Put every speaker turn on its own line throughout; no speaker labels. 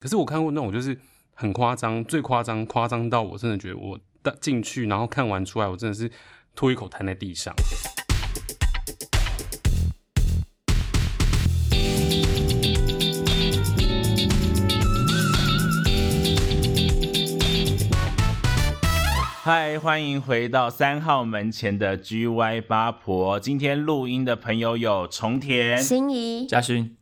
可是我看过那种就是很夸张，最夸张，夸张到我真的觉得我到进去，然后看完出来，我真的是吐一口痰在地上。
嗨，欢迎回到三号门前的 GY 八婆。今天录音的朋友有重田
心仪，
嘉勋，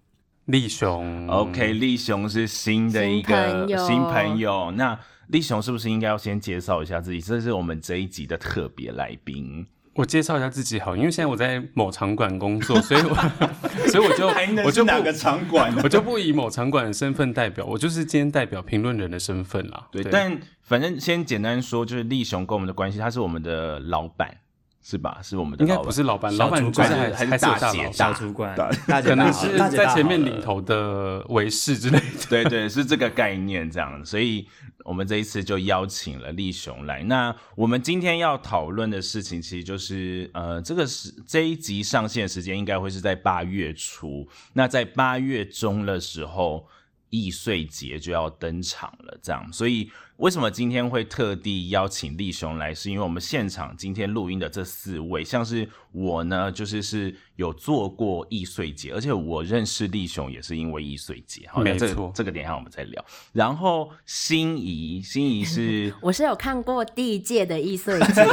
立雄
，OK，立雄是新的一个
新朋友
新朋友。那立雄是不是应该要先介绍一下自己？这是我们这一集的特别来宾，
我介绍一下自己好了，因为现在我在某场馆工作，所以 我所以我就我就不
场馆
我就不以某场馆的身份代表，我就是今天代表评论人的身份啦。
对，但反正先简单说，就是立雄跟我们的关系，他是我们的老板，是吧？是我们的
应该
老
不
板。
是老板，
小
老板
主
就是
管
还
还是
还是有
大
大
姐
佬，
小主管，大姐
可能
大好
是
大姐
在
大
前面
好
领
了
头的维士之类的。
对对，是这个概念这样，所以我们这一次就邀请了立雄来。那我们今天要讨论的事情，其实就是呃，这个是这一集上线的时间应该会是在八月初，那在八月中的时候，易碎节就要登场了，这样。所以为什么今天会特地邀请立雄来，是因为我们现场今天录音的这四位，像是我呢，就是是有做过易碎节，而且我认识立雄也是因为易碎节，好，那
没
这个
错
这个等一下我们再聊。然后心仪，心仪 是
我是有看过第一届的易碎节，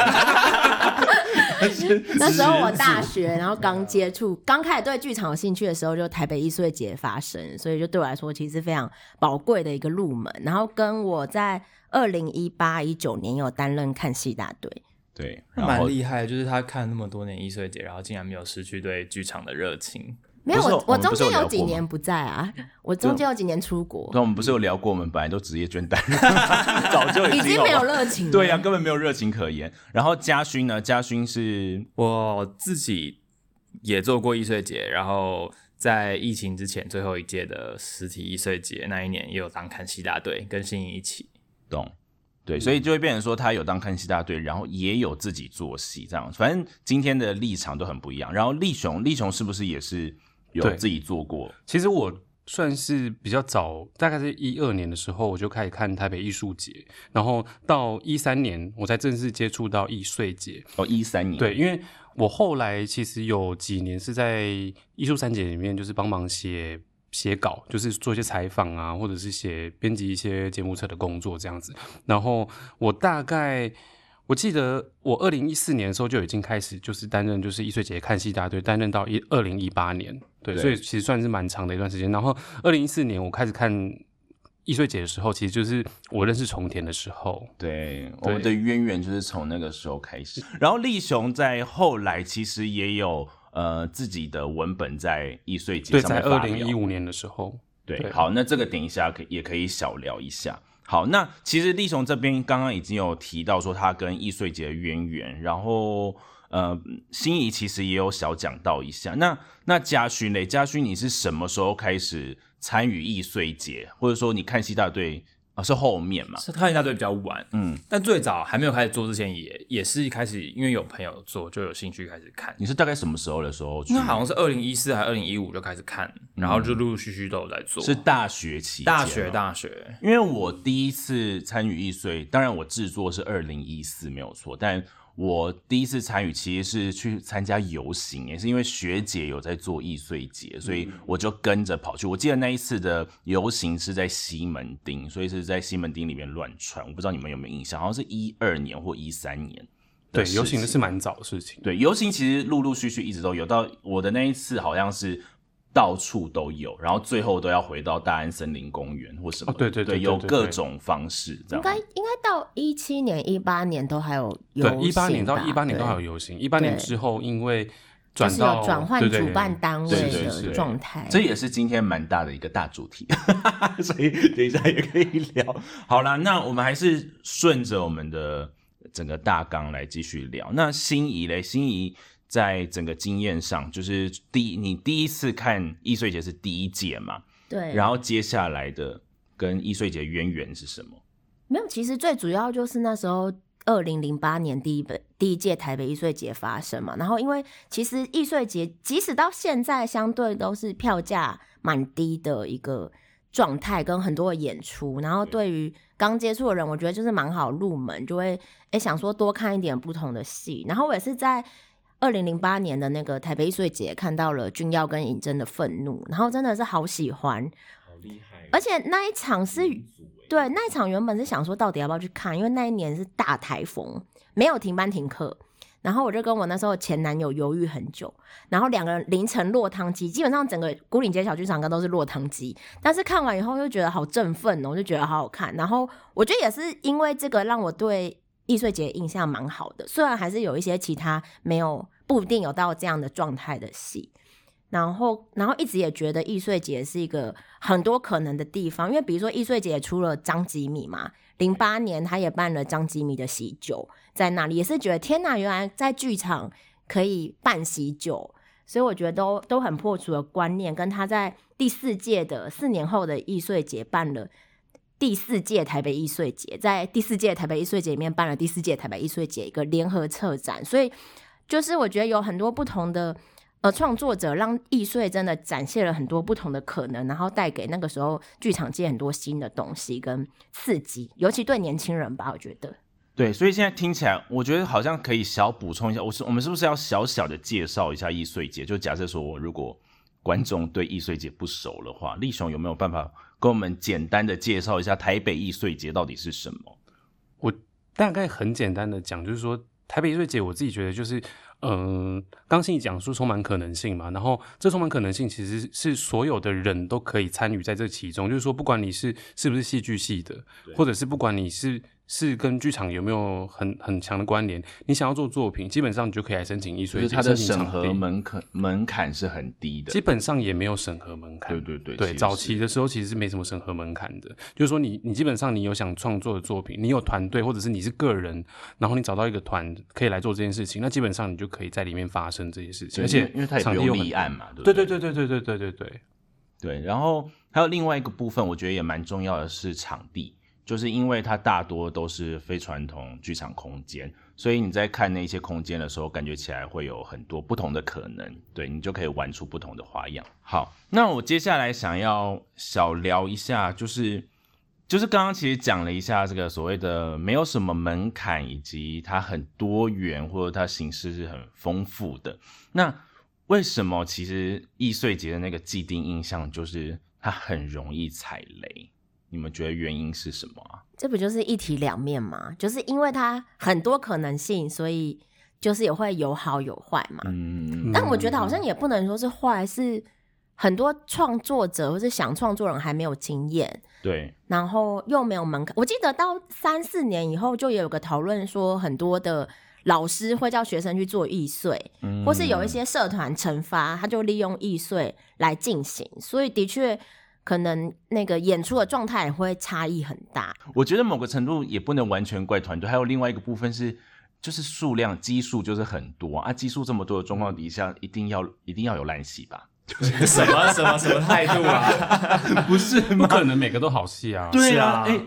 那时候我大学，然后刚接触，刚开始对剧场有兴趣的时候，就台北易碎节发生，所以就对我来说其实非常宝贵的一个入门。然后跟我在二零一八一九年有担任看戏大队，
对，然后
蛮厉害，就是他看那么多年易碎节，然后竟然没有失去对剧场的热情。
没有
不是
我
我
我
们
中
不是有
间
聊
有几
过吗
年不在啊， 我中间有几年出国，
那我们不是有聊过，我们本来都职业倦怠，早就
已
经
经没
好
有
不好
热
嗯
情了。
啊对啊呀、根本没有热情可言。然后嘉勋呢？嘉勋是
我自己也做过易碎节，然后在疫情之前最后一届的实体易碎节那一年，也有当看戏大队跟心仪一起。
懂，
嗯
对，所以就会变成说他有当看戏大队，然后也有自己做戏这样。反正今天的立场都很不一样。然后立雄，立雄是不是也是有
对
自己做过？
其实我算是比较早，大概是一二年的时候，我就开始看台北艺术节，然后到一三年我才正式接触到易碎节。
哦，一三年，
对，，因为我后来其实有几年是在艺术三节里面，就是帮忙写写稿，就是做一些采访啊，或者是写编辑一些节目册的工作这样子。然后我大概我记得我二零一四年的时候就已经开始，就是担任就是易碎节看戏大队，担任到一二零一八年，对，
对
所以其实算是蛮长的一段时间。然后二零一四年我开始看易碎节的时候，其实就是我认识重田的时候，
对，我们的渊源就是从那个时候开始。然后立雄在后来其实也有呃自己的文本在易碎节
对，
上
在
面
二
发表
零一五年的时候，
对，
对
好，那这个等一下可以也可以小聊一下。好，那其实立雄这边刚刚已经有提到说他跟易碎节的渊源，然后呃，心仪其实也有小讲到一下。那那嘉勋嘞，嘉勋你是什么时候开始参与易碎节，或者说你看戏大队啊、是后面嘛？
是看戏大队比较晚，
嗯，
但最早还没有开始做之前也，也是一开始因为有朋友做，就有兴趣开始看。
你是大概什么时候的时候去？
那好像是二零一四还是二零一五就开始看，
嗯
然后就陆陆续续都有在做。
是大学期间吗，
大学大学，
因为我第一次参与易碎，当然我制作是二零一四没有错，但我第一次参与其实是去参加游行，也是因为学姐有在做易碎节，所
嗯
以我就跟着跑去。我记得那一次的游行是在西门町，所以是在西门町里面乱窜，我不知道你们有没有印象，好像是一二年或一三年。
对，
事
游行的
情
是蛮早的事情。
对，游行其实陆陆续续一直都有，到我的那一次好像是到处都有，然后最后都要回到大安森林公园或什么的，
哦对对对对
有
对
各
对
种方式这样。
应该应该到一七年、一八年都还有游
对，一八年
行
到
吧
一八年都
对
还有游行，一八年
对
之后因为
就
转
是
到
有转换
对对
主办单位
对对对
的
对
状态。
这也是今天蛮大的一个大主题， 所以等一下也可以聊。好啦，那我们还是顺着我们的整个大纲来继续聊。那心仪嘞，心仪在整个经验上，就是第一，你第一次看易碎节是第一届嘛，
对，
然后接下来的跟易碎节渊源是什么？
没有，其实最主要就是那时候二零零八年第一本第一届台北艺穗节发生嘛，然后因为其实艺穗节即使到现在相对都是票价蛮低的一个状态跟很多的演出，然后对于刚接触的人，我觉得就是蛮好入门，就会诶想说多看一点不同的戏。然后我也是在二零零八年的那个台北艺术节看到了君耀跟尹真的《愤怒》，然后真的是好喜欢，
好厉害哦嗯
而且那一场是对，那一场原本是想说到底要不要去看，因为那一年是大台风，没有停班停课。然后我就跟我那时候前男友犹豫很久，然后两个人凌晨落汤鸡，基本上整个古岭街小剧场应该都是落汤鸡。但是看完以后又觉得好振奋哦，我就觉得好好看。然后我觉得也是因为这个让我对易碎节印象蛮好的，虽然还是有一些其他没有不一定有到这样的状态的戏。然后，然后一直也觉得易碎节是一个很多可能的地方，因为比如说易碎节也出了张吉米嘛，零八年他也办了张吉米的喜酒，在那里也是觉得天哪，原来在剧场可以办喜酒，所以我觉得都都很破除了观念，跟他在第四届的四年后的易碎节办了。第四届台北艺穗节，在第四届台北艺穗节里面办了第四届台北艺穗节一个联合策展，所以就是我觉得有很多不同的呃创作者，让易碎真的展现了很多不同的可能，然后带给那个时候剧场界很多新的东西跟刺激，尤其对年轻人吧，我觉得。
对，所以现在听起来，我觉得好像可以小补充一下，我是我们是不是要小小的介绍一下易碎节？就假设说，我如果观众对易碎节不熟的话，立雄有没有办法跟我们简单的介绍一下台北易碎节到底是什么？
我大概很简单的讲，就是说台北艺术节，我自己觉得就是，嗯、刚性讲述充满可能性嘛，然后这充满可能性其实是所有的人都可以参与在这其中，就是说不管你是是不是戏剧系的，或者是不管你是是跟剧场有没有很很强的关联，你想要做作品，基本上你就可以来申请艺术
就
节，
是它
申
的
请
审
场
核
地
门槛门槛是很低的
基，本上也没有审核门槛。
对对对
对，
其实
早
是
期的时候其实是没什么审核门槛的，就是说你你基本上你有想创作的作品，你有团队或者是你是个人，然后你找到一个团可以来做这件事情，那基本上你就可以在里面发生这些事情，
对
而
因
且
为因为它也
场
不
地
用啊
又很
立案嘛，对不
对
对
对对对对对对对对，
对，然后还有另外一个部分，我觉得也蛮重要的是场地，就是因为它大多都是非传统剧场空间，所以你在看那些空间的时候，感觉起来会有很多不同的可能，对你就可以玩出不同的花样。好，那我接下来想要小聊一下，就是就是刚刚其实讲了一下这个所谓的没有什么门槛，以及它很多元或者它形式是很丰富的，那为什么其实易碎节的那个既定印象就是它很容易踩雷？你们觉得原因是什么啊？
这不就是一体两面吗？就是因为它很多可能性，所以就是也会有好有坏嘛。
嗯，
但我觉得好像也不能说是坏，是很多创作者或是想创作人还没有经验，
对，
然后又没有门槛。我记得到三四年以后，就有个讨论说，很多的老师会叫学生去做易碎，或是
嗯
有一些社团惩罚，他就利用易碎来进行。所以的确，可能那个演出的状态也会差异很大。
嗯我觉得某个程度也不能完全怪团队，还有另外一个部分是，就是数量基数就是很多啊，啊基数这么多的状况底下，一定要一定要有烂戏吧？
什么什么什么态 度啊？
不 是
不可能每个都好戏啊。
对
是
啊，
啊
哎、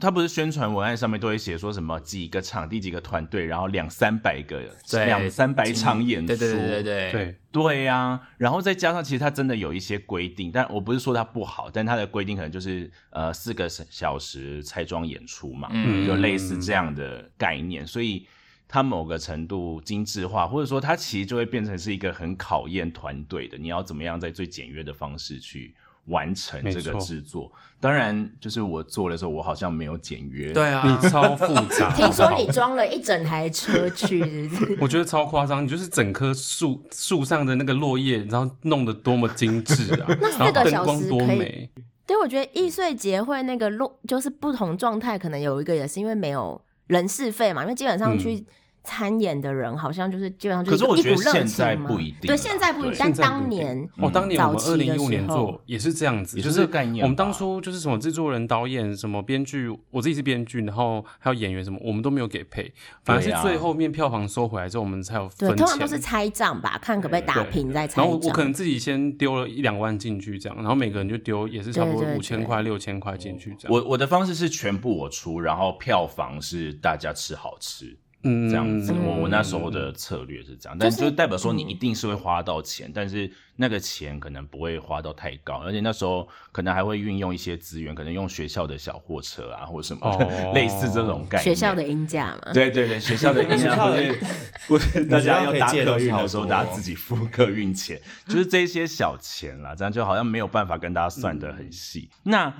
他不是宣传文案上面都会写说什么几个场地、几个团队，然后两三百个、
对
两三百场演出，
对对对对对对，
对，
对呀、然后再加上，其实它真的有一些规定，但我不是说它不好，但它的规定可能就是呃四个小时拆装演出嘛，
嗯
就类似这样的概念，所以它某个程度精致化，或者说它其实就会变成是一个很考验团队的，你要怎么样在最简约的方式去完成这个
没错
制作。当然，就是我做的时候，我好像没有简约，
对啊，
你超复杂。
听说
好不
你
好
装了一整台车去，是不是？
我觉得超夸张，你就是整棵树树上的那个落叶，然后弄得多么精致啊，
四
然后
个
灯
小
光
时
多
可以
美，
对，我觉得易碎节会那个落，就是不同状态，可能有一个也是因为没有人事费嘛，因为基本上
嗯
去参演的人好像就是基本上就
可是我
一
觉
股
得
热
现在
情嘛
不一。定啦
对，现在不一定
对，
但
现在不
当
一定
年
啊哦，当年我们
早
二
期
零
的
一五年
时候
做也是这样子，
也
就是
这个概念
我们
吧
当初就是什么制作人、导演、什么编剧，我自己是编剧，然后还有演员什么，我们都没有给配，反而是
对啊
最后面票房收回来之后，我们才有
对，
分
通常都是
钱。
拆账吧，看可不可以打
对
平再拆
然后
账
我。我可能自己先丢了一两万进去，这样，然后每个人就丢也是差不多
对对
五千块、六千块进去这样。
我我的方式是全部我出，然后票房是大家吃好吃。
嗯，
这样子。
嗯
我我那时候的策略是这样，
就嗯
但
是
就代表说你一定是会花到钱，但是那个钱可能不会花到太高，而且那时候可能还会运用一些资源，可能用学校的小货车啊，或者什么的、
哦
类似这种概念。
学校的音价嘛，
对对对，学校 的印象或
学校
是
的
或是 大家要
你学校可以
搭
借的
客
东西
运
好
的时候，
多哦
大家自己付客运钱，就是这些小钱啦，这样就好像没有办法跟大家算得很细。
嗯
那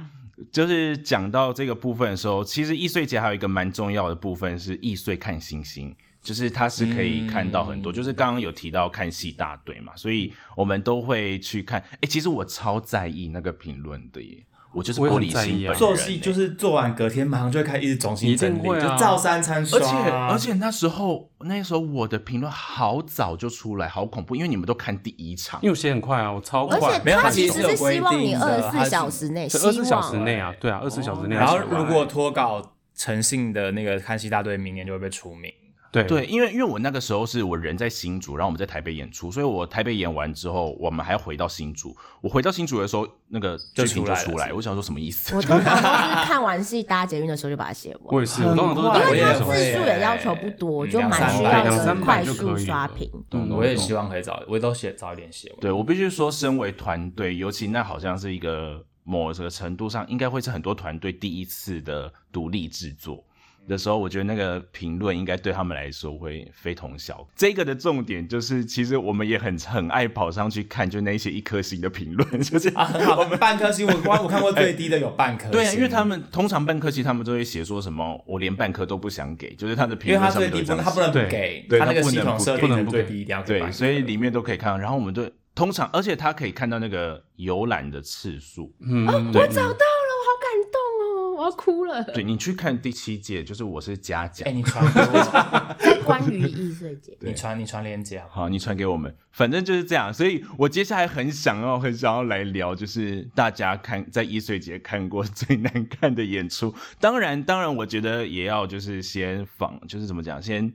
就是讲到这个部分的时候，其实易碎节还有一个蛮重要的部分是易碎看星星。就是它是可以看到很多，
嗯
就是刚刚有提到看戏大队嘛，所以我们都会去看。哎、其实我超在意那个评论的耶，我就是
我也
玻
很
璃
在
心
意啊
本人
做戏
耶
就是做完隔天马上就会开始一直重新
一定
整理，
会啊
就照三餐刷
而且
啊、
而且那时候那时候我的评论好早就出来，好恐怖，因为你们都看第一场
因，为我写很快啊，我超
而
快，
且他
它
其
其
实
实
是
是
希
希
望
望
你
你
二十四
24
小
小
时
时
内，
是
希
二
望欸
十小时内啊，对啊，二十小时内要
哦
然后
写完。
如果脱稿，
诚信的那个看戏大队明年就会被除名。
对
对，因为因为我那个时候是我人在新竹，然后我们在台北演出，所以我台北演完之后，我们还要回到新竹。我回到新竹的时候，那个
就
剧评
出来
出
了
来，我想说什么意思
啊我？通常都是看完戏搭捷运的时候就把它写 完
我。也是，我通常都是
很快
打
因为
那
它
也
字
种
会
数也要求不多，
嗯
就蛮需
对两
要
三
的
百
快
就
速
可以了
刷屏。
嗯
懂懂
我也
懂
希望可以早，我都写早一点写完。
对我必须说，身为团队，尤其那好像是一个某个程度上，应该会是很多团队第一次的独立制作的时候，我觉得那个评论应该对他们来说会非同小可。这个的重点就是，其实我们也很很爱跑上去看，就那一些一颗星的评论， 就是
啊，很好，我们半颗星，我我我看过最低的有半颗星，
对啊，因为他们通常半颗星，他们都会写说什么“我连半颗都不想给”，就是他的
因
评
为他
论上面都会
最低不
这样
他不
写。
能不
对
给，
对
他那个
他不
系
能
统
不
设
给
不
定
能
成
不
最
给
低一定要给半
对，
颗。
所以里面都可以看到，然后我们就通常，而且他可以看到那个浏览的次数，
嗯，
我找到了，我好感动哦，我要哭了。
对你去看第七届，就是我是嘉奖
哎，，你传给我，
在 关于易碎节，
你传你传链接好不好？
好，你传给我们，反正就是这样。所以我接下来很想要，很想要来聊，就是大家看在易碎节看过 最难看的演出。当然，当然，我觉得也要就是先仿，就是怎么讲，先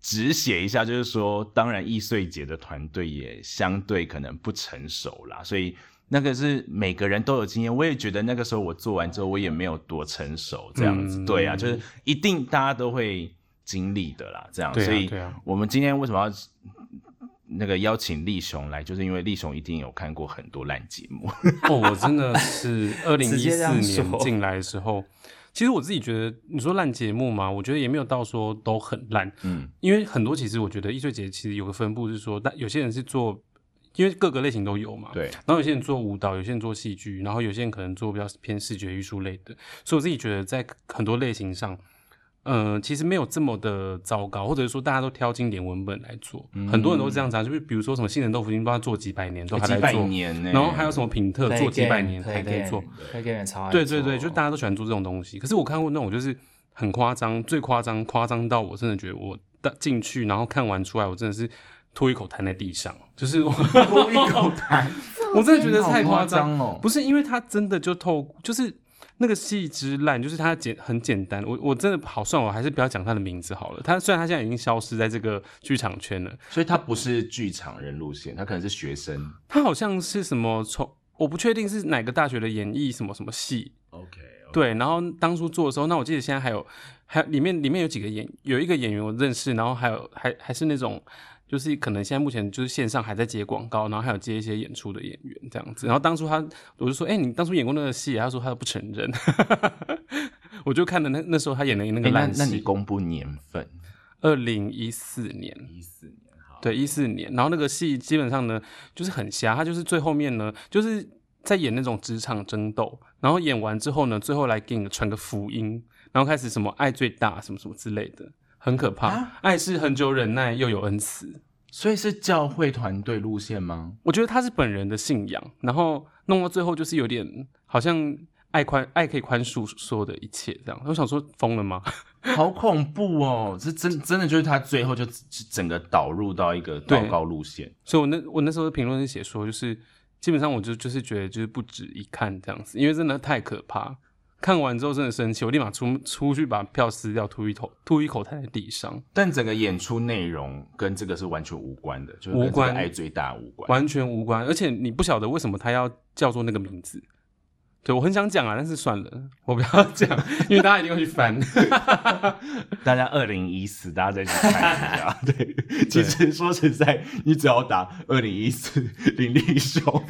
只写一下，就是说，当然易碎节的团队也相对可能不成熟啦，所以。那个是每个人都有经验，我也觉得那个时候我做完之后，我也没有多成熟，这样子。
嗯
对啊，就是一定大家都会经历的啦，这样。
对啊
所以
对啊
我们今天为什么要那个邀请立雄来，就是因为立雄一定有看过很多烂节目。
哦，我真的是二零
直
一
接这
四
样
年
说
进来的时候，其实我自己觉得，你说烂节目嘛，我觉得也没有到说都很烂，
嗯，
因为很多其实我觉得易碎节其实有个分布是说，但有些人是做，因为各个类型都有嘛，
对，
然后有些人做舞蹈，有些人做戏剧，然后有些人可能做比较偏视觉艺术类的，所以我自己觉得在很多类型上，呃，其实没有这么的糟糕，或者是说大家都挑经典文本来做，很多人都这样子啊，就是比如说什么杏仁豆腐已经不知道做几百年都还
哎几
在
百
做，
年呢、
然后还有什么品特做几百年还在做，
推给人超爱
对对对，就大
家
家都喜欢做这种东西。可是我看过那种就是很夸张，最夸张，夸张到我真的觉得我到进去，然后看完出来，我真的是吐一口痰在地上，就是我吐一口痰， 我真的觉得太夸张
好夸张哦
不是因为他真的就透，就是那个戏之烂，就是他简很简单。我我真的好算，我还是不要讲他的名字好了。他虽然他现在已经消失在这个剧场圈了，
所以他不是剧场人路线，他可能是学生。
他好像是什么从我不确定是哪个大学的演艺什么什么系，
OK，, 哦 o
对，然后当初做的时候，那我记得现在还有，还有里面里面有几个演，有一个演员我认识，然后还有还还是那种，就是可能现在目前就是线上还在接广告，然后还有接一些演出的演员这样子。然后当初他，我就说，哎、你当初演过那个戏啊，他说他不承认， 我就看了那那时候他演的那个
那
烂
那你
戏，
公布年份？
二零一四年，
一四年，好，
对，一四年，然后那个戏基本上呢，就是很瞎，他就是最后面呢，就是在演那种职场争斗，然后演完之后呢，最后来给你传个福音，然后开始什么爱最大什么什么之类的，很可怕。
啊
爱是恒久忍耐又有恩慈，
所以是教会团队路线 吗？
我觉得他是本人的信仰，然后弄到最后就是有点好像爱宽爱可以宽恕所有的一切这样，我想说疯了吗？
好恐怖哦！这真真的就是他最后就整个导入到一个
对
祷告路线。
所以我那我那时候的评论是写说，就是基本上我就就是觉得就是不值一看这样子，因为真的太可怕。看完之后真的生气，我立马出出去把票撕掉，吐一口吐一口痰在地上，
但整个演出内容跟这个是完全无关的，就是跟
无
这个
关
爱最大无关。
完全无关。而且你不晓得为什么他要叫做那个名字，对我很想讲啊，但是算了，我不要讲， 因为大家一定会去翻。
大家二零一四，大家再去看一下。对，其实说实在，你只要打二零一四林立雄，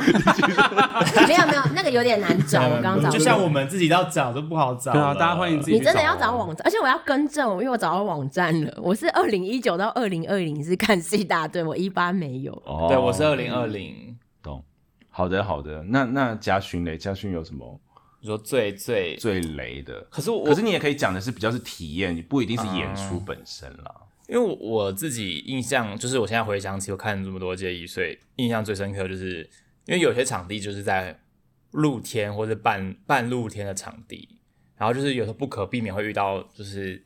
没有没有，那个有点难找，我刚刚找。
就像我。们自己要找都不好找了。
对啊，大家欢迎自己
你
去
真的
找
要
哦
找网站，而且我要更正，哦因为我找到网站了。我是二零一九到二零二零是看戏大队，我一八没有。
哦
对，我是二零二零，
懂。好的，好的。那那嘉勋嘞，嘉勋有什么
你说最最，
最雷的？
可是我
可是你也可以讲的是比较是体验，你不一定是演出本身啦。
因为我我自己印象，就是我现在回想起我看了这么多届一岁，印象最深刻就是因为有些场地就是在露天或者半半露天的场地，然后就是有时候不可避免会遇到就是嘖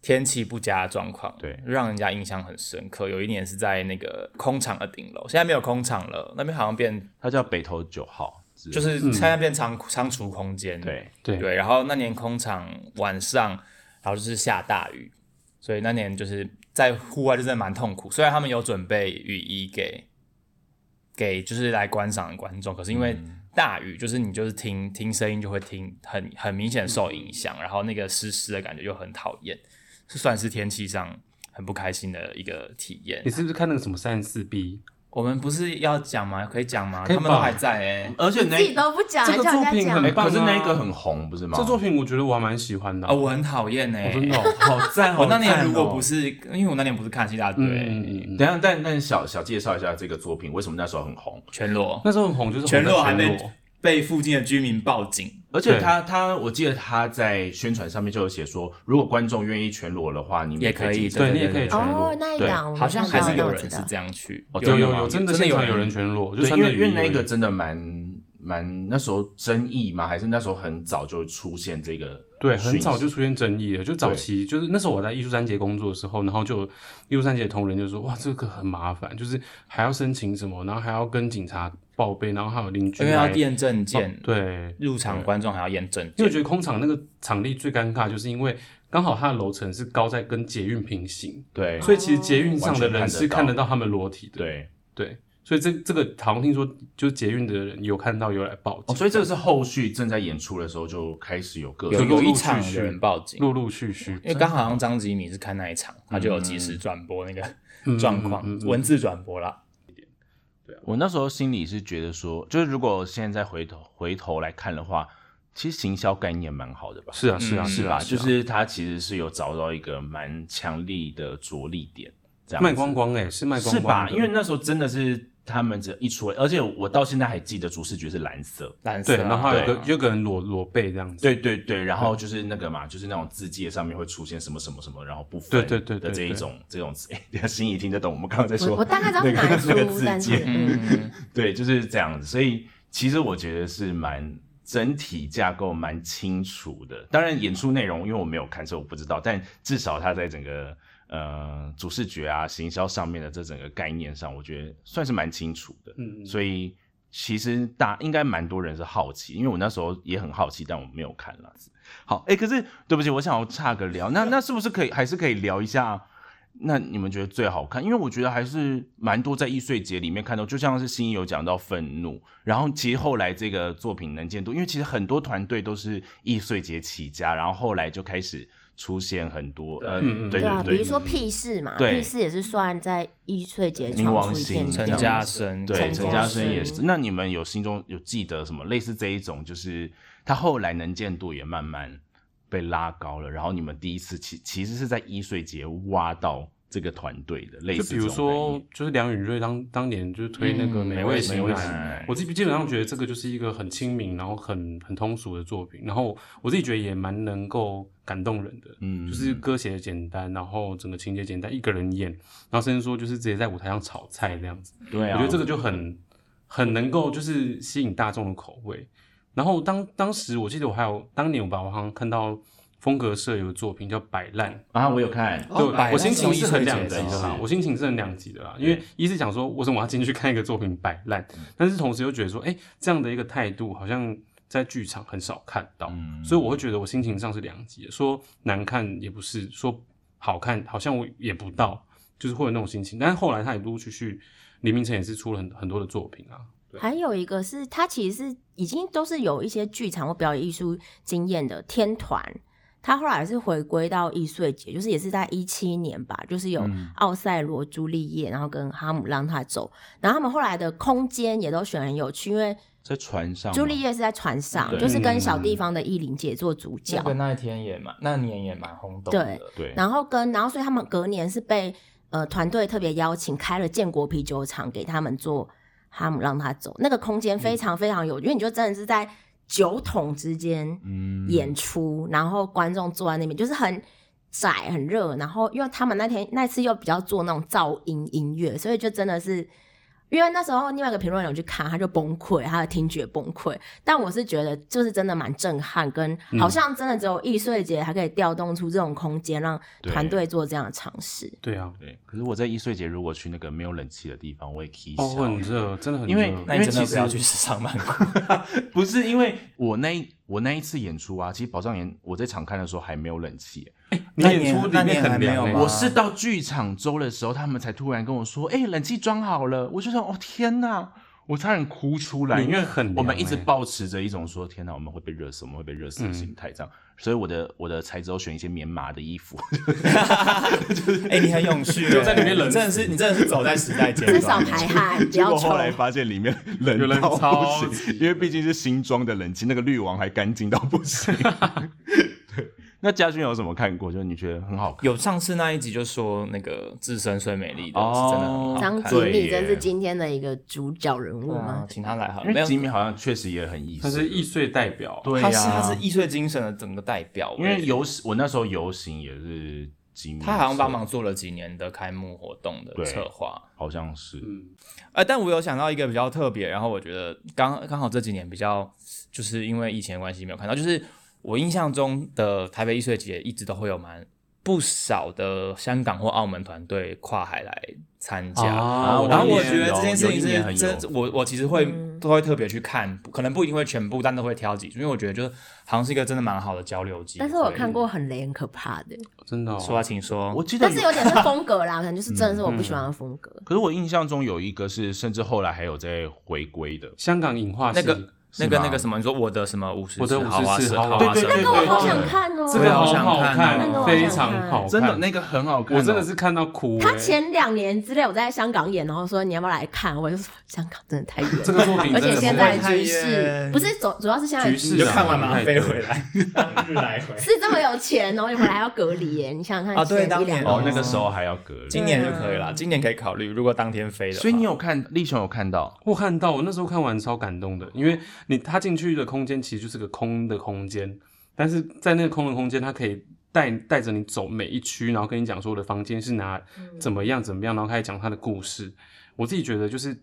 天气不佳的状况，
对
让人家印象很深刻。有一年是在那个空场的顶楼，现在没有空场了，那边好像变
它叫北投九号，
就
就是
现在变仓仓储空
嗯
间，
对
对
对，然后那年空场晚上，然后就是下大雨，所以那年就是在户外就真的蛮痛苦。虽然他们有准备雨衣给给就是来观赏的观众，可是因为大雨，就是你就是听听声音就会听很很明显受影响，然后那个湿湿的感觉又很讨厌，是算是天气上很不开心的一个体验
你。是不是看那个什么三四 B？
我们不是要讲吗？可以讲吗？
可以吧
他们都还在哎、
而且
自
那
己都不讲，
这
还
个
叫人
作品
家
很
哎，
讲。
棒啊
可是那一个很红，不
哦
是吗？
这作品我觉得我还蛮喜欢的
啊、
啊，
我很讨厌哎，
我真的哦
好赞
好
我那年
赞
如果
哦
不是，因为我那年不是看戏大队，
嗯嗯嗯嗯
等一下，但但小小介绍一下这个作品为什么那时候很红，
全裸，
那时候很红，就是
全
红的
裸还
全
没
裸
被附近的居民报警，
而且他他我记得他在宣传上面就有写说，如果观众愿意全裸的话，你们也
也
可
可
以
以，
进
对
场
你也可以全裸
哦，那一档我
好像还
看到
是
那
有
我
人
知
是
道
这样去，
哦
有
真的
有
吗
有，真的
真的
现
有
场有
人
人全裸，就
对，
穿
因
着
为因为
雨
那
衣
个真的蛮蛮那时候争议嘛，还是那时候很早就出现这个
对，很
讯
早
息
就出现争议了。就早期就是那时候我在艺术三节工作的时候，然后就有艺术三节的同仁就说：“哇，这个很麻烦，就是还要申请什么，然后还要跟警察报备，然后还有邻居
因为要
来。
验证件，
对，
哦入场观众还要验证
因为我觉，
件
得空场那个场地最尴尬，就是因为刚好它的楼层是高在跟捷运平行，
对
所以其实捷运上的
完全看
人
得
是看得到他们裸体的。
对
对，所以这这个好像听说，就是捷运的人有看到有来报
哦，
警，
所以这个是后续正在演出的时候就开始有各
有
陆
有一
陆
场
续续
有人报警，
陆陆续续
因为刚好好像张吉米是看那一场，他就有及时转播那个状况
嗯嗯嗯嗯，
文字转播啦。
我那时候心里是觉得说，就是如果现在回头回头来看的话，其实行销概念蛮好的吧，
是啊是啊
嗯
是
是
啊，
吧？
是
就
啊
是它其实是有找到一个蛮强力的着力点，这样子
卖光光哎，是卖光光
是吧？
的
因为那时候真的是他们只一出来，而且我到现在还记得主视觉是蓝色。
蓝色
对，
啊，
然后还有
对
个有个人裸裸背这样子，
对啊对对，然后就是那个嘛，就是那种字界上面会出现什么什么什么，然后不分
对对对对
的这
对
一种这种词。哎， 等一下心仪听得懂我们刚刚在
我
说
我大概知道是
那个那个
哪一出，
字
但是
界，
嗯，
嗯，
对，就是这样子。所以其实我觉得是蛮整体架构蛮清楚的。当然演出内容，因为我没有看，所以我不知道。但至少它在整个呃主视觉啊、行销上面的这整个概念上，我觉得算是蛮清楚的。
嗯，嗯
所以其实大应该蛮多人是好奇，因为我那时候也很好奇，但我没有看啦。好，哎、可是对不起，我想要岔个聊，那那是不是可以还是可以聊一下？那你们觉得最好看？因为我觉得还是蛮多在易碎节里面看到，就像是新一有讲到愤怒，然后其实后来这个作品能见度，因为其实很多团队都是易碎节起家，然后后来就开始出现很多呃，
嗯嗯
对
对啊，
对
比
对，
如说屁事嘛，
对
屁事也是算在一岁节
冥王
创出一片
星
天
陈
地
嘉生，
对，
陈
陈
嘉
嘉
生
生也是。那你们有心中有记得什么类似这一种，就是他后来能见度也慢慢被拉高了，然后你们第一次其其实是在一岁节挖到这个团队的，类
就
似
比
这
如
种概
说
念，
就是梁允瑞当当年就推那个
嗯
美
美
味
味
型
美味
男
型男
我自己基本上觉得这个就是一个很亲民，然后很很通俗的作品，然后我自己觉得也蛮能够感动人的，
嗯
就是歌写的简单，然后整个情节简单，一个人演，然后甚至说就是直接在舞台上炒菜这样子，
对
我
啊，
觉得这个就很很能够就是吸引大众的口味。然后当当时我记得我还有当年我吧，我好像看到风格社有个作品叫《摆烂》，
啊，我有看，
对，
哦摆烂
我心情是很两
是
极
从一岁
的
开
啦
始，
我心情是很两极的啦，因为一是想说，为什么我要进去看一个作品摆烂，
嗯
但是同时又觉得说，哎、这样的一个态度好像在剧场很少看到，
嗯
所以我会觉得我心情上是两极的，说难看也不是，说好看好像我也不到，就是会有那种心情。但是后来他也陆陆续续，黎明晨也是出了很很多的作品啊，
还有一个是，他其实是已经都是有一些剧场或表演艺术经验的天团，他后来是回归到易碎节，就是也是在一七年吧，就是有
嗯
奥赛罗、朱丽叶，然后跟哈姆让他走，然后他们后来的空间也都选很有趣，因为
在船上吗，
朱丽叶是在船上，
对嗯
就是跟小地方的艺林姐做主角
那，个那一天也蛮，那年也蛮轰动的。
对，
然后跟然后所以他们隔年是被呃团队特别邀请开了建国啤酒厂给他们做哈姆让他走，那个空间非常非常有，因为你就真的是在酒桶之间
嗯
演出，然后观众坐在那边就是很。窄很热，然后因为他们那天那次又比较做那种噪音音乐，所以就真的是，因为那时候另外一个评论人有去看，他就崩溃，他的听觉崩溃。但我是觉得就是真的蛮震撼，跟好像真的只有易碎节还可以调动出这种空间，让
对
团队做这样的尝试。
对啊，
对。可是我在易碎节如果去那个没有冷气的地方，我也可以
哦，很热，真的很热，
因为
那你
因为
真的
其
不要
实
去上曼谷。
不是因为我那一我那一次演出啊，其实宝藏岩我在场看的时候还没有冷气，啊
你
那
演
年
出
那
里
年
面
还
很
没
凉
有
欸
吗
我是到剧场周的时候，他们才突然跟我说：“哎、冷气装好了。”我就想：“哦天哪！”我差点哭出来，
里
因
面
为
很凉
我们一直
欸
保持着一种说“天哪，我们会被热死，我们会被热死”的心态，这样。所以我的我的才只有选一些棉麻的衣服，
哎、你很永续，就
在里面冷
你
死
真的是你真的是走在时代尖端，
至少排 汗，哎不
结
要
果
抽
后。来发现里面冷
有人
到
超
不
级
行，因为毕竟是新装的冷气，那个滤网还干净到不 行。对，那家军有什么看过？就是你觉得很好看？
有上次那一集就说那个置身最美丽的、
哦
是真的很好
张
看，
吉米
对
真
耶
是今天的一个主角人物
对
吗
啊？请他来好了，
因
没
为
有，
吉米好像确实也很意
他
思，
是易碎代表，
哎对
他
呀、
是他是易碎精神的整个代表，
因为游行，我那时候游行也是吉米，
他好像帮忙，做了几年的开幕活动的
对
策划，
好像是，
嗯，
呃，但我有想到一个比较特别，然后我觉得刚刚好这几年比较，就是因为疫情的关系没有看到，就是我印象中的台北艺术节一直都会有蛮不少的香港或澳门团队跨海来参加。
啊
然后
有
我
一
觉
年
得
有
这件事
有一
情
年很
是
有
真，我我其实会都会特别去看，可能不一定会全部，但都会挑几组，因为我觉得就是好像是一个真的蛮好的交流机会。
但是我看过很雷、很可怕的，
真的哦，
说啊，请说，
我记得
但是有点是风格啦，可能就是真的是我不喜欢的风
嗯
格。
可是我印象中有一个是，甚至后来还有在回归的，
香港影化
那
系
个那个
吗
那个什么，你说我的什么五十
我的
豪华
54
社
豪华
豪华
社
社
对
那个我好想看哦，
这个好
我想
好
看
看
哦
哦，非常好看，
真的那个很好看哦、
我真的是看到哭欸。
他前两年之内我在香港演，然后说你要不要来看，我就说香港真的太远了，
这个作品
而
真的
且
是
现在
太
局势
远
不是主主要是现在
局
局
势啊
你就看完马
嘛
上飞回来
当日来回。
是这么有钱哦，你回来要隔离耶，你想想看
啊对
前
当
一两
年
哦，那个时候还要隔离
今。年就可以了，今年可以考虑，如果当天飞的话，
所以你有看立雄有看到，
我看到，我那时候看完超感动的，因为你他进去的空间其实就是个空的空间，但是在那个空的空间，他可以带带着你走每一区，然后跟你讲说我的房间是哪怎么样怎么样，然后开始讲他的故事。我自己觉得就是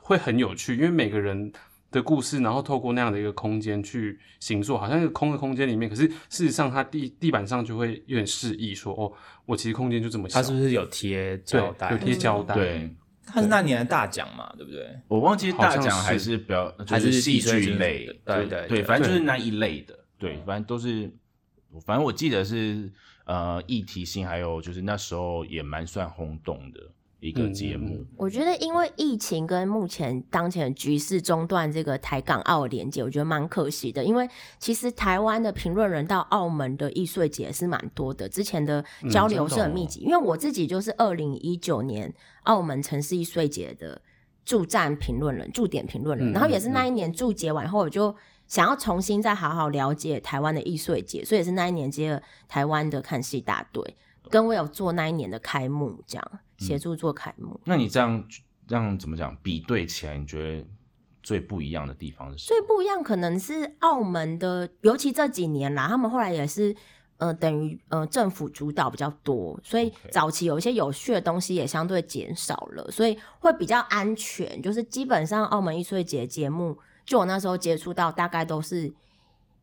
会很有趣，因为每个人的故事，然后透过那样的一个空间去行塑，好像一个空的空间里面，可是事实上它地地板上就会有点示意说，哦，我其实空间就这么小，
他是不是有贴胶
对，
带？嗯
有贴胶带，
对
他是那年的大奖嘛，对不对？
我忘记大奖
好像是
还是表就
还是
戏剧
艺
类
术，类对对
对，嗯
对
反正就是那一类的，对，反正都是，反正我记得是呃议题性，还有就是那时候也蛮算轰动的一个
嗯
节目，
我觉得因为疫情跟目前当前的局势中断这个台港澳的连接，我觉得蛮可惜的。因为其实台湾的评论人到澳门的易碎节是蛮多的，之前的
嗯
交流是
哦
很密集。因为我自己就是二零一九年澳门城市易碎节的驻站评论人、驻点评论人，
嗯
然后也是那一年驻节完后，我就想要重新再好好了解台湾的易碎节，所以也是那一年接了台湾的看戏大队，跟我有做那一年的开幕，这样协
嗯
助做开幕。
那你这样这样怎么讲？比对起来，你觉得最不一样的地方是什
最
么？
不一样可能是澳门的，尤其这几年啦，他们后来也是。呃，等于呃，政府主导比较多，所以
OK
早期有一些有趣的东西也相对减少了，所以会比较安全。就是基本上澳门艺术节节目，就我那时候接触到，大概都是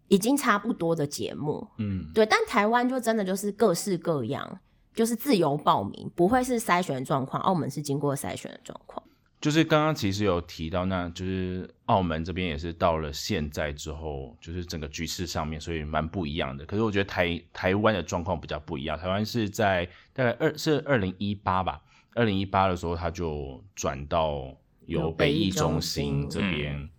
已经差不多的节目。
嗯，
对，但台湾就真的就是各式各样，就是自由报名，不会是筛选的状况。澳门是经过筛选的状况。
就是刚刚其实有提到，那就是澳门这边也是到了现在之后，就是整个局势上面，所以蛮不一样的。可是我觉得台台湾的状况比较不一样，台湾是在大概二是二零一八吧，二零一八的时候他就转到由
由
北
北
艺
艺
中
中
心
心
嗯
这边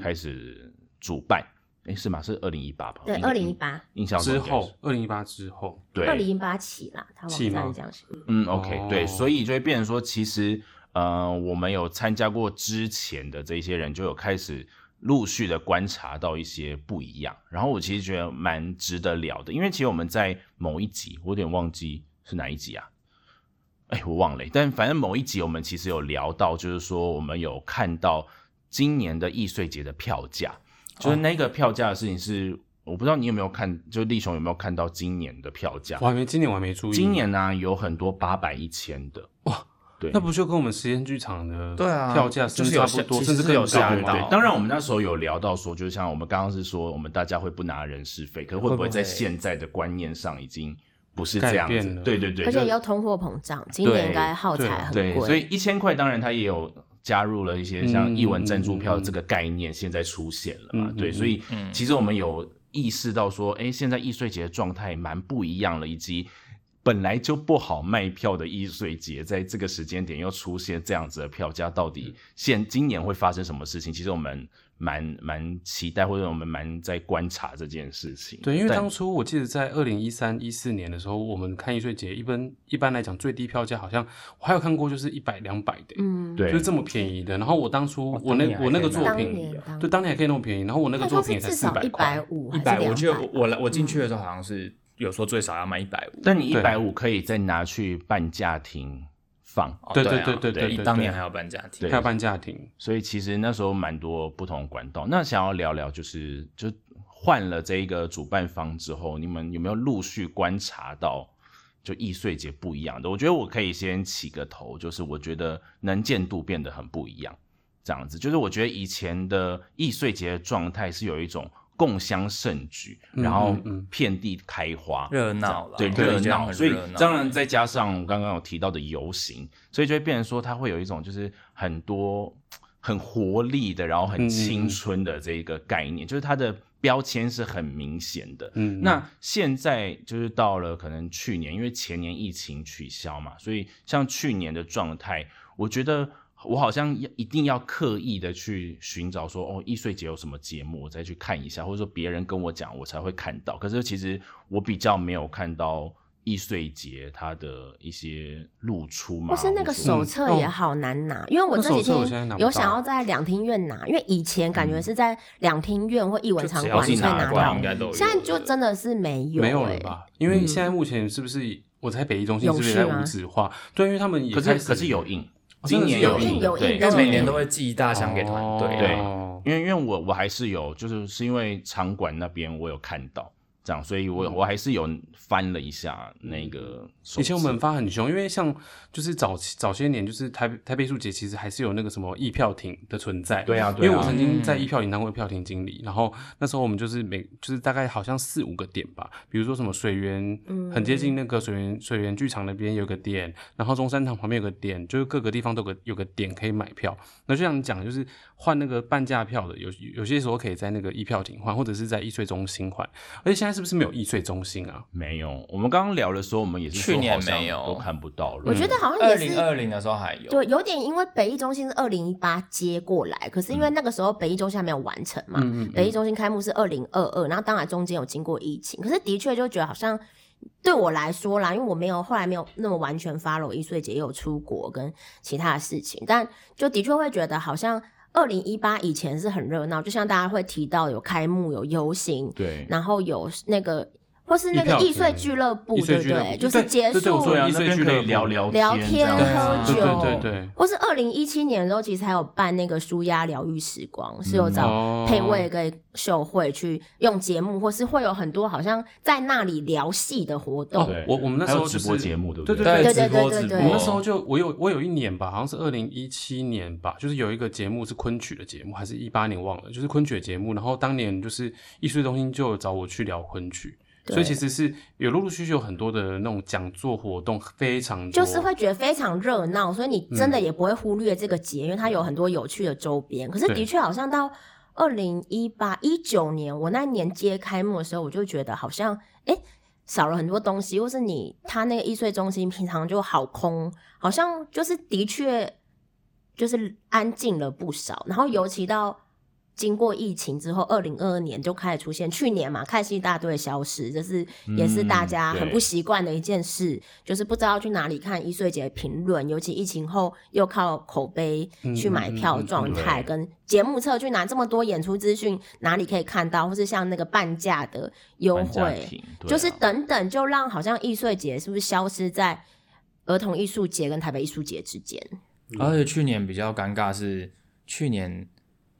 开始主办，哎、是吗？是二零一八吧？
对，
应该
二零一，八，
印象中
之
应该是
后，二零一八之后，
哦
二零
对，
一八起啦，他网
起吗
站这样写。
嗯，OK，、
哦
对，所以就会变成说，其实呃，我们有参加过之前的这些人，就有开始陆续的观察到一些不一样。然后我其实觉得蛮值得聊的，因为其实我们在某一集，我有点忘记是哪一集啊。哎，我忘了，但反正某一集我们其实有聊到，就是说我们有看到今年的易碎节的票价，就是那个票价的事情是，我不知道你有没有看，就立雄有没有看到今年的票价？
我还没今年我还没注意，
今年呢、有很多八百一千的哇，对，
那不就跟我们实验剧场的
对啊
票价
就是
差
是有
不
相
多，
其
甚
实
至
是
更
有
高
相
对不
当
对
对，当然我们那时候有聊到说，就像我们刚刚是说，我们大家会不拿人是非，可是会
会
不
不
会
会
在现在的观念上已经不是这样
改
子
变？了
对对对，
而
就
且要通货膨胀，今年应该耗材很
对，
贵，
所以一千块当然它也有加入了一些像
嗯
译文赞助票
嗯嗯
这个概念，现在出现了嘛？
嗯嗯
对，
嗯
所以其实我们有意识到说，哎，现在易碎节的状态蛮不一样了，以及。本来就不好卖票的易碎节，在这个时间点又出现这样子的票价，到
嗯
底现今年会发生什么事情？其实我们蛮蛮期待，或者我们蛮在观察这件事情。
对，因为
但
当初我记得在二零一三一四年的时候，我们看易碎节，一般一般来讲最低票价好像我还有看过就是一百两百的、
嗯，
对
就是这么便宜的。然后我当初
哦
我
当
那
年还
我那个
可以
作
买
当
品，
年当
对，当年还可以那么便宜，然后我那个
那
作
它
品也
是
才
至
四
少
百
一
块
百，五
一
还
百，
是
我记得
两
我
百？
我来我进去的时候好像是有说最少要卖一百五。
但你一
对
百五可以在拿去半价厅放，
哦
对
对啊
对对对对对
当年
对
还有搬家庭
对，
还有半价庭，
所以其实那时候蛮多不同管道。那想要聊聊，就是就换了这一个主办方之后，你们有没有陆续观察到就易碎节不一样的？我觉得我可以先起个头，就是我觉得能见度变得很不一样。这样子，就是我觉得以前的易碎节的状态是有一种共襄盛举，
嗯
然后
嗯嗯
遍地开花，
热闹了，
对
我觉得
热
这样
闹，
很
所以
热闹
当然再加上我呃刚刚有提到的游行，所以就会变成说它会有一种就是很多很活力的，然后很
嗯
青春的这一个概念，就是它的标签是很明显的。
嗯，
那现在就是到了可能去年，因为前年疫情取消嘛，所以像去年的状态，我觉得我好像要一定要刻意的去寻找说，哦，易碎节有什么节目，我再去看一下，或者说别人跟我讲，我才会看到。可是其实我比较没有看到易碎节它的一些露出嘛，
或是那个
或者
手册也好难拿，因为我这几
嗯哦那手册我现在拿
天
不到嗯
有想要在两厅院拿，因为以前感觉是在两厅院或艺文场
只要
馆
是
你可以
拿
拿
得过来
到
应，该都有。
现在就真的是没有、
没
欸，
有了吧？因为现在目前是不是我才北一中心
有
是不是
序
在
吗
无纸化？对，因为他们也
可
开
是
始
可是有印，
哦真
今
的是
年
有印
印，
有印
对
有印
但是每年都会寄一大箱给团队，啊
对
哦
因为因为我我还是有，就是是因为场馆那边我有看到这样，所以
嗯
我、我还是有翻了一下那个手册。
以前我们发很凶，因为像就是早期早些年，就是台台北艺术节其实还是有那个什么艺票亭的存在。
对啊对啊
因为我曾经
嗯
在艺票亭当过票亭经理，然后那时候我们就是每就是大概好像四五个点吧，比如说什么水源，
嗯
很接近那个水源水源剧场那边有个点，然后中山堂旁边有个点，就是各个地方都有个有个点可以买票。那就像你讲，就是换那个半价票的，有有些时候可以在那个艺票亭换，或者是在艺税中心换。而且现在是不是没有艺税中心啊？
没有，我们刚刚聊的时候，我们也是说
去年
好像
没有
都看不到了。
我觉
嗯
得好像
二
也
零
是。
二零的时候还有，
对，有点因为北艺中心是二零一八接过来，可是因为那个时候北艺中心还没有完成嘛，
嗯嗯嗯
北艺中心开幕是二零二二，然后当然中间有经过疫情，可是的确就觉得好像对我来说啦，因为我没有后来没有那么完全 follow 易碎节，也有出国跟其他的事情，但就的确会觉得好像二零一八以前是很热闹，就像大家会提到有开幕、有游行，
对，
然后有那个或是那个
一票亭
易碎俱乐部，
易
对
碎
不
俱乐部
对？就是结
对对
束
我说
对啊，
易
那
碎
边
俱
可
乐
以
部
聊聊
聊
这
天、
样子
啊
喝酒，
对对对对
哎或是哦二零一七年的时候，其实还有办那个舒压疗愈时光，是有
哦
找配位跟秀慧去用节目，或是会有很多好像在那里聊戏的活动。
对
哦我我们那时
还
候
有直
就是
播节目对不
对
对
对
对
直播
对
直
对
播，
我那时候就我有我有一年吧，好像是二零一七年吧，就是有一个节目是昆曲的节目，还是一八年忘了，就是昆曲的节目。然后当年就是艺术中心就有找我去聊昆曲，
对
所以其实是有陆陆续续有很多的那种讲座活动，非常多嗯
就是会觉得非常热闹，所以你真的也不会忽略这个节，因为它有很多有趣的周边。可是
对
的确，好像到二零一八一九年，我那年街开幕的时候，我就觉得好像哎、诶少了很多东西，或是你他那个易碎中心平常就好空，好像就是的确就是安静了不少。然后尤其到经过疫情之后，二零二二年就开始出现，去年嘛，看戏大队消失，这是也是大家
嗯
很
对
不习惯的一件事，就是不知道去哪里看易碎节的评论，尤其疫情后又靠口碑去买
嗯嗯
票
嗯嗯嗯
状态，
对
跟节目册去拿这么多演出资讯，哪里可以看到，或是像那个半价的优
搬家
惠，
庭，对啊
就是等等，就让好像易碎节是不是消失在儿童艺术节跟台北艺术节之间？
嗯
而且去年比较尴尬是，去年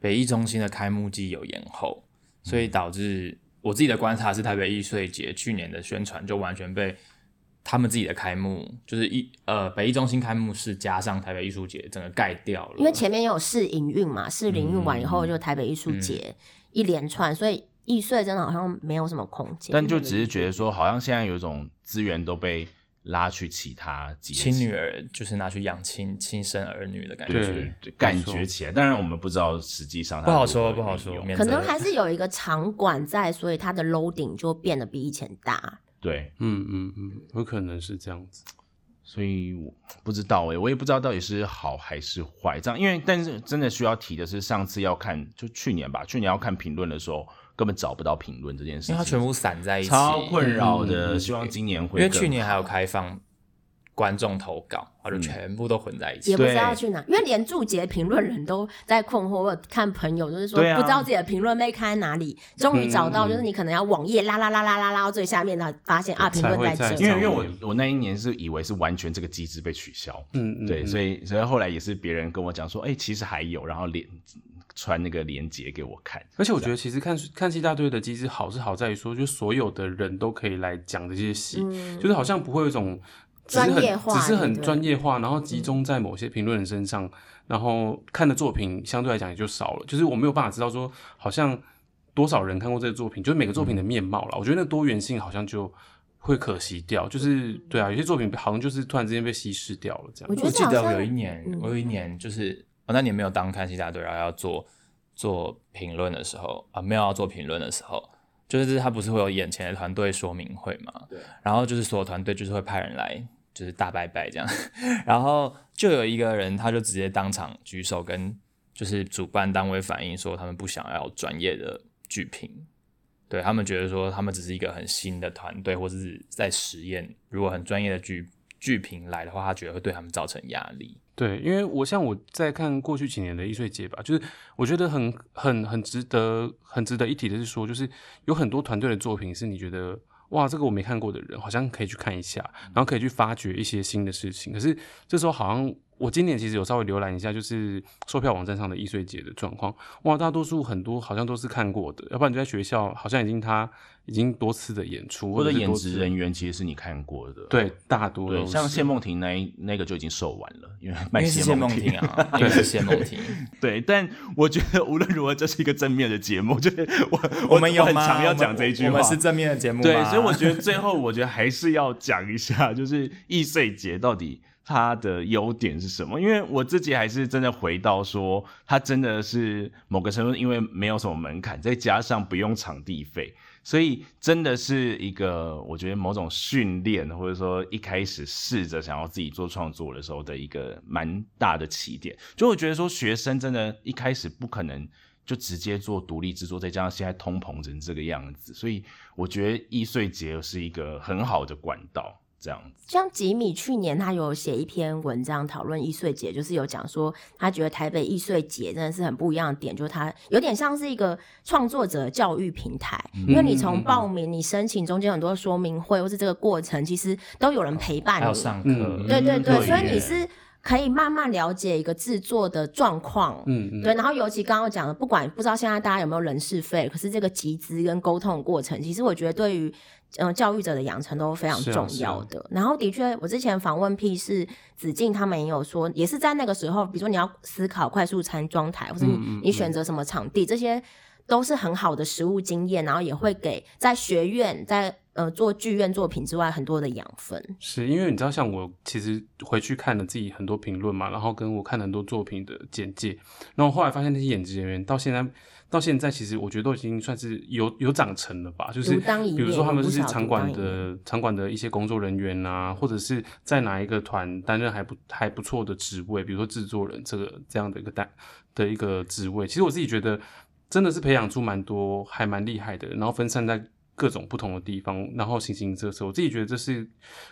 北艺中心的开幕季有延后，所以
嗯
导致我自己的观察是，台北艺术节去年的宣传就完全被他们自己的开幕，就是一呃北艺中心开幕式加上台北艺术节整个盖掉了，
因为前面有试营运嘛，试营运完以
嗯
后就台北艺术节一连串，所以易碎真的好像没有什么空间。
但就只是觉得说，好像现在有一种资源都被拉去其他节
亲
庆
女儿就是拿去养亲亲生儿女的感觉，
对
对
对感
没
觉
错
起来，当然我们不知道实际上它
不
如
好
何
说不好
运
说
用
免
可
责
能还是有一个场馆在，所以它的 loading 就变得比以前大。
对，
嗯嗯嗯，有可能是这样子。
所以我不知道哎、我也不知道到底是好还是坏。这样，因为但是真的需要提的是，上次要看就去年吧，去年要看评论的时候，根本找不到评论这件事情，
因为它全部散在一起，
超困扰的。
嗯嗯
希望今年会
因为
更嗯
去年还
好
有开放观众投稿，它就全部都混在一起
也。不知
对
道去哪，因为连注解评论人都在困惑。我有看朋友就是说
对啊
不知道自己的评论被看在哪里，终于找到，
嗯嗯
就是你可能要网页拉拉拉拉拉拉到最下面，然后发现啊评
才会
论
在
在
上
这。
因为因为
面
我我那一年是以为是完全这个机制被取消，
嗯嗯，
对，所
以
以所以后来也是别人跟我讲说，哎、其实还有，然后连传那个链接给我看，
而且我觉得其实看看戏大队的机制好是好在于说，就所有的人都可以来讲这些戏，
嗯
就是好像不会有一种只是
专
很
业化
只是
对
很
不对嗯
专业化，然后集中在某些评论人身上，然后看的作品相对来讲也就少了。就是我没有办法知道说，好像多少人看过这个作品，就是每个作品的面貌啦。我觉得那多元性好像就会可惜掉，就是对啊，有些作品好像就是突然之间被稀释掉了这样
我。觉得
记
好
得我
像
有一年，
嗯
我有一年就是我、那年没有当看戏大队，然后要做做评论的时候啊，没有要做评论的时候，就是他不是会有眼前的团队说明会嘛？对。然后就是所有团队就是会派人来，就是大拜拜这样。 然后就有一个人，他就直接当场举手跟就是主办单位反映说，他们不想要专业的剧评，对他们觉得说他们只是一个很新的团队，或是在实验。如果很专业的剧剧评来的话，他觉得会对他们造成压力。
对，因为我像我在看过去几年的易碎节吧，就是我觉得很很很值得很值得一提的是说，就是有很多团队的作品是你觉得哇，这个我没看过的人好像可以去看一下，
嗯
然后可以去发掘一些新的事情。可是这时候好像我今年其实有稍微浏览一下，就是售票网站上的易碎节的状况，哇，大多数很多好像都是看过的，要不然就在学校好像已经他已经多次的演出
或
或
者
者是
演
多
职
次
人员其实是你看过的，
对大多
对，
都
像
是
谢梦婷那一那个就已经售完了，因为卖
因为是
谢
谢梦
婷
婷。啊，因为是谢梦婷，
对，但我觉得无论如何，这是一个正面的节目，就是我
们有
我很
吗？
常要
我们
讲这一句话，
我们是正面的节目吗
对，所以我觉得最后，我觉得还是要讲一下，就是易碎节到底它的优点是什么？因为我自己还是真的回到说，它真的是某个程度，因为没有什么门槛，再加上不用场地费，所以真的是一个我觉得某种训练，或者说一开始试着想要自己做创作的时候的一个蛮大的起点。就我觉得说，学生真的一开始不可能。就直接做独立制作，再加上现在通膨成这个样子，所以我觉得易碎节是一个很好的管道，这样子。
像吉米去年他有写一篇文章讨论易碎节，就是有讲说他觉得台北易碎节真的是很不一样的点，就是它有点像是一个创作者教育平台，因为你从报名、你申请中间很多说明会或是这个过程，其实都有人陪伴
还有
你，
上课，
嗯
对对对，
对
所以
耶
你是可以慢慢了解一个制作的状况，
嗯嗯
对，然后尤其刚刚讲的，不管不知道现在大家有没有人事费，可是这个集资跟沟通的过程，其实我觉得对于嗯、呃教育者的养成都非常
是啊
重
是啊
要的。然后的确，我之前访问 P 是子敬他们也有说，也是在那个时候，比如说你要思考快速餐装台，或者你、
嗯嗯
你选择什么场地，这些都是很好的实务经验，然后也会给在学院在呃做剧院作品之外很多的养分。
是因为你知道，像我其实回去看了自己很多评论嘛，然后跟我看了很多作品的简介，然后后来发现那些演职人员到现在到现在其实我觉得都已经算是有有长成了吧，就是
独当一
比如
面
说他们
有
就
不
是
少
场
独
馆
当一
的场馆的一些工作人员啊，或者是在哪一个团担任还不还不错的职位，比如说制作人这个这样的一个单的一个职位，其实我自己觉得真的是培养出蛮多还蛮厉害的，然后分散在各种不同的地方，然后形形色色。我自己觉得这是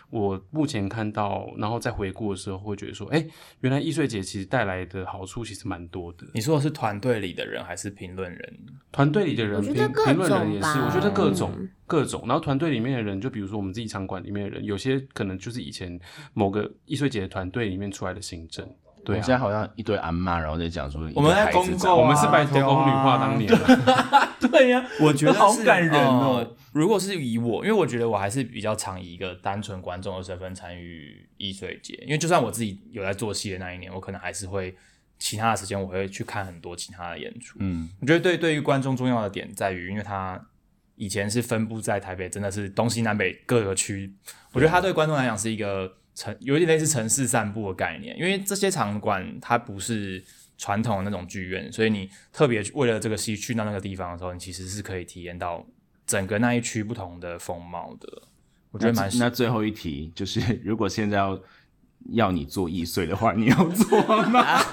我目前看到，然后再回顾的时候会觉得说，哎、原来易碎节其实带来的好处其实蛮多的。
你说的是团队里的人还是评论人？
团队里的人
我觉
评
得各
评论人也是，
种吧
我觉得各种
嗯
各种。然后团队里面的人，就比如说我们自己场馆里面的人，有些可能就是以前某个易碎节团队里面出来的行政。
我
对
现在
啊，
好像一堆阿妈，然后在讲说一个
我们在
孩子
公
长
告
我
啊
们是白头宫女化当年啊，
对呀、
我觉得
好
是
感人哦、
嗯
如果是以我，因为我觉得我还是比较常以一个单纯观众的身份参与易碎节，因为就算我自己有在做戏的那一年，我可能还是会其他的时间我会去看很多其他的演出。
嗯，
我觉得对对于观众重要的点在于，因为他以前是分布在台北，真的是东西南北各个区。我觉得他对观众来讲是一个城，有点类似城市散步的概念，因为这些场馆它不是传统的那种剧院，所以你特别为了这个戏去到那个地方的时候，你其实是可以体验到整个那一区不同的风貌的。我
我
觉得蛮
那最后一题就是，如果现在要要你做易碎的话，你要做吗？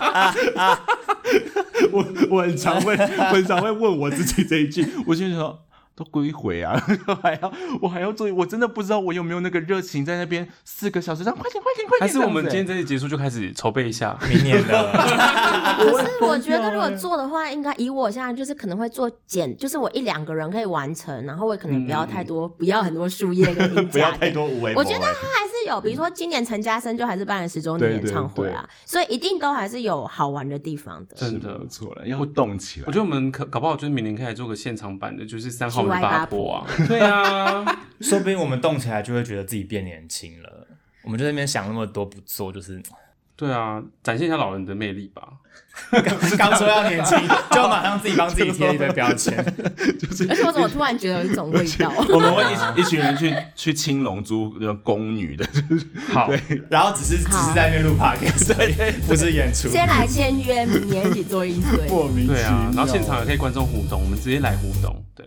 我我很常会，我很常会问我自己这一句，我就说。都归回啊！还要我还要做，我真的不知道我有没有那个热情在那边四个小时上，快点快点快点！
还是我们
这样子欸
今天这一结束就开始筹备一下？
明年的
啊
可是我觉得，如果做的话，应该以我现在就是可能会做简，就是我一两个人可以完成，然后我可能不要太多，不要很多树叶 跟音
嗯不要
架
太多无为，
我觉得他还是有，比如说今年陈嘉生就还是办了十周年
对对
演唱会啊，所以一定都还是有好玩的地方的。
真
是
的
不，错了，要动起来。
我觉得我们可搞不好就是明年可以来做个现场版的，就是三号
去
门
歪
八
八
婆啊， 对啊，
说不定我们动起来就会觉得自己变年轻了。我们就在那边想那么多不做，就是
对啊，展现一下老人的魅力吧。
刚说要年轻，就马上自己帮自己贴一堆标 签。
而且我怎么突然觉得有一种味道？
我们会一一群人去去青龙租那个宫女的，就是
好，
然后只是只是在那边录 podcast，而已不是演出。
先来 签约，明年一起做一堆。
对啊，然后现场也可以观众互动，我们直接来互动，对。